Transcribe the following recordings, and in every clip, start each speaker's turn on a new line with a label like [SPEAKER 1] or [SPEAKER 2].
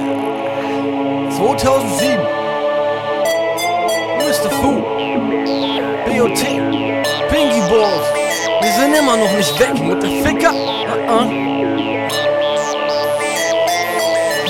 [SPEAKER 1] Yeah. 2007. Mr. Fu. B.O.T. Pinky Balls. Wir sind immer noch nicht weg, Mutterficker. Uh -uh.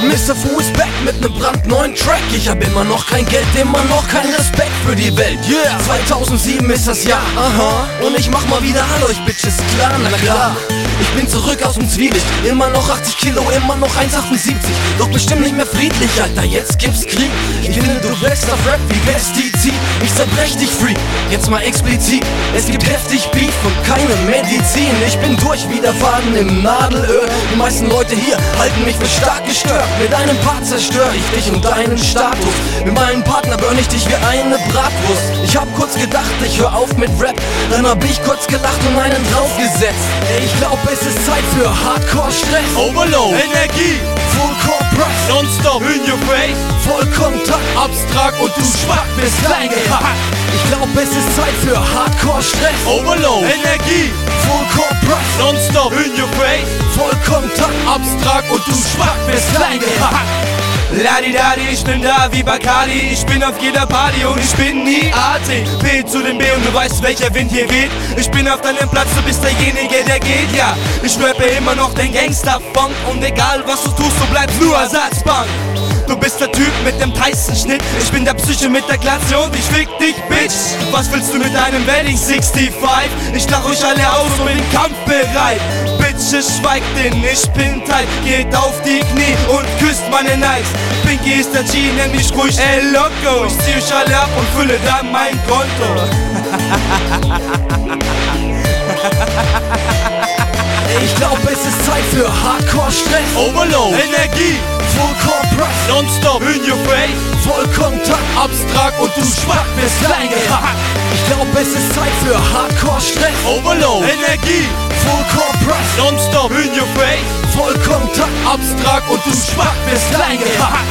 [SPEAKER 1] Mr. Fu ist back mit nem brandneuen Track. Ich hab immer noch kein Geld, immer noch kein Respekt für die Welt. Yeah, 2007 ist das Jahr, aha. Und ich mach mal wieder an euch Bitches, klar, na klar. Ich bin zurück aus dem Zwielicht, immer noch 80 Kilo, immer noch 1,78. Doch bestimmt nicht mehr friedlich, Alter, jetzt gibt's Krieg. Ich finde, du wächst auf Rap wie Pestizid. Ich zerbrech dich, Freak, jetzt mal explizit. Es gibt heftig Beef und keine Medizin. Ich bin durch wie der Faden im Nadelöhr. Die meisten Leute hier halten mich für stark gestört. Mit einem Part zerstör ich dich und deinen Status. Mit meinem Partner burn ich dich wie eine Bratwurst. Ich hab kurz gedacht, ich hör auf mit Rap. Dann hab ich kurz gelacht und einen draufgesetzt. Ey, ich glaub, es ist Zeit für Hardcore-Stress.
[SPEAKER 2] Overload,
[SPEAKER 1] Energie, Full Core Press.
[SPEAKER 2] nonstop, in your face,
[SPEAKER 1] Vollkontakt,
[SPEAKER 2] abstrakt und du schwach bist klein gepackt.
[SPEAKER 1] Ich glaub, es ist Zeit für Hardcore-Stress.
[SPEAKER 2] Overload, Energie,
[SPEAKER 1] Full Core Press.
[SPEAKER 2] nonstop, in your face,
[SPEAKER 1] Vollkontakt,
[SPEAKER 2] abstrakt und du schwach bist klein gepackt. Ladidadi, ich bin da wie Bacardi Ich bin auf jeder Party und ich bin nie artig B zu dem B und du weißt, welcher Wind hier weht Ich bin auf deinem Platz, du bist derjenige, der geht, ja Ich rappe immer noch den Gangster-Funk Und egal, was du tust, du bleibst nur Ersatzbank Du bist der Typ mit dem tightsten Schnitt Ich bin der Psyche mit der Glatze und ich fick dich, Bitch Was willst du mit deinem Wedding 65? Ich lach euch alle aus und bin kampfbereit Bitches, schweigt denn ich bin tight Geht auf die Knie und küsst meine Nikes Pinky ist der G, nenn mich ruhig El Loco Ich zieh euch alle ab und fülle dann mein Konto
[SPEAKER 1] Ich glaub, es ist Zeit für Hardcore-Stress.
[SPEAKER 2] Oh. Overload, Energie,
[SPEAKER 1] Full Core Press.
[SPEAKER 2] nonstop, in your face
[SPEAKER 1] Vollkontakt,
[SPEAKER 2] Abstrakt und du schwach bist klein gepackt
[SPEAKER 1] Ich glaub, es ist Zeit für Hardcore-Stress.
[SPEAKER 2] Overload, Energie,
[SPEAKER 1] Full Core Press.
[SPEAKER 2] nonstop, in your face
[SPEAKER 1] Vollkontakt,
[SPEAKER 2] abstrakt und du schwach bist klein gepackt.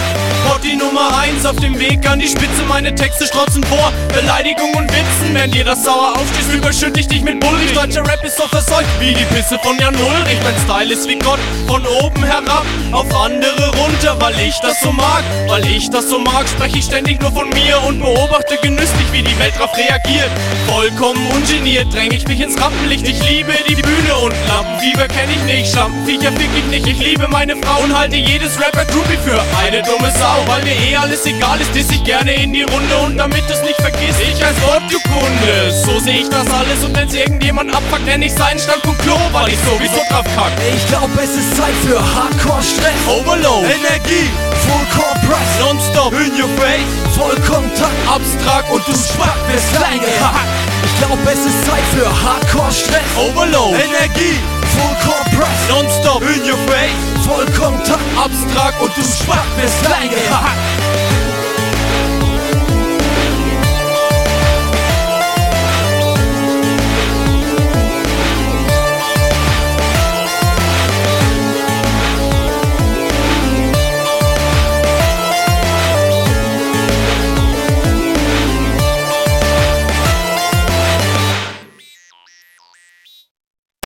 [SPEAKER 2] Wort die Nummer 1 auf dem Weg an die Spitze, meine Texte strotzen vor Beleidigung und Witzen, wenn dir das sauer aufstößt, überschütt ich dich mit Bullig Deutscher Rap ist so verseucht wie die Pisse von Jan Ulrich Mein Style ist wie Gott, von oben herab auf andere runter, weil ich das so mag Weil ich das so mag, spreche ich ständig nur von mir und beobachte genüsslich, wie die Welt drauf reagiert Vollkommen ungeniert dränge ich mich ins Rampenlicht, ich liebe die Bühne und Lampenfieber kenne ich nicht, Schlampenviecher fick ich nicht, ich liebe meine Frau und halte jedes Rapper Groupie für eine dumme Sau, weil mir eh alles egal ist, diss ich gerne in die Runde und damit es nicht vergisst, ich als Wortkunde, so sehe ich das alles und wenn's irgendjemand abpackt, nenn ich seinen Standpunkt Klo, weil ich sowieso drauf kack. Oh.
[SPEAKER 1] ich glaub, es ist Zeit für Hardcore-Stress.
[SPEAKER 2] Overload, Energie,
[SPEAKER 1] Full Core Press.
[SPEAKER 2] nonstop, in your face,
[SPEAKER 1] Vollkontakt,
[SPEAKER 2] abstrakt und du schwach bist klein gepackt.
[SPEAKER 1] ich glaub, es ist Zeit für Hardcore-Stress.
[SPEAKER 2] Overload, Energie,
[SPEAKER 1] Full Core Press.
[SPEAKER 2] nonstop, in your face,
[SPEAKER 1] Vollkontakt,
[SPEAKER 2] abstrakt und du schwach bist klein gepackt.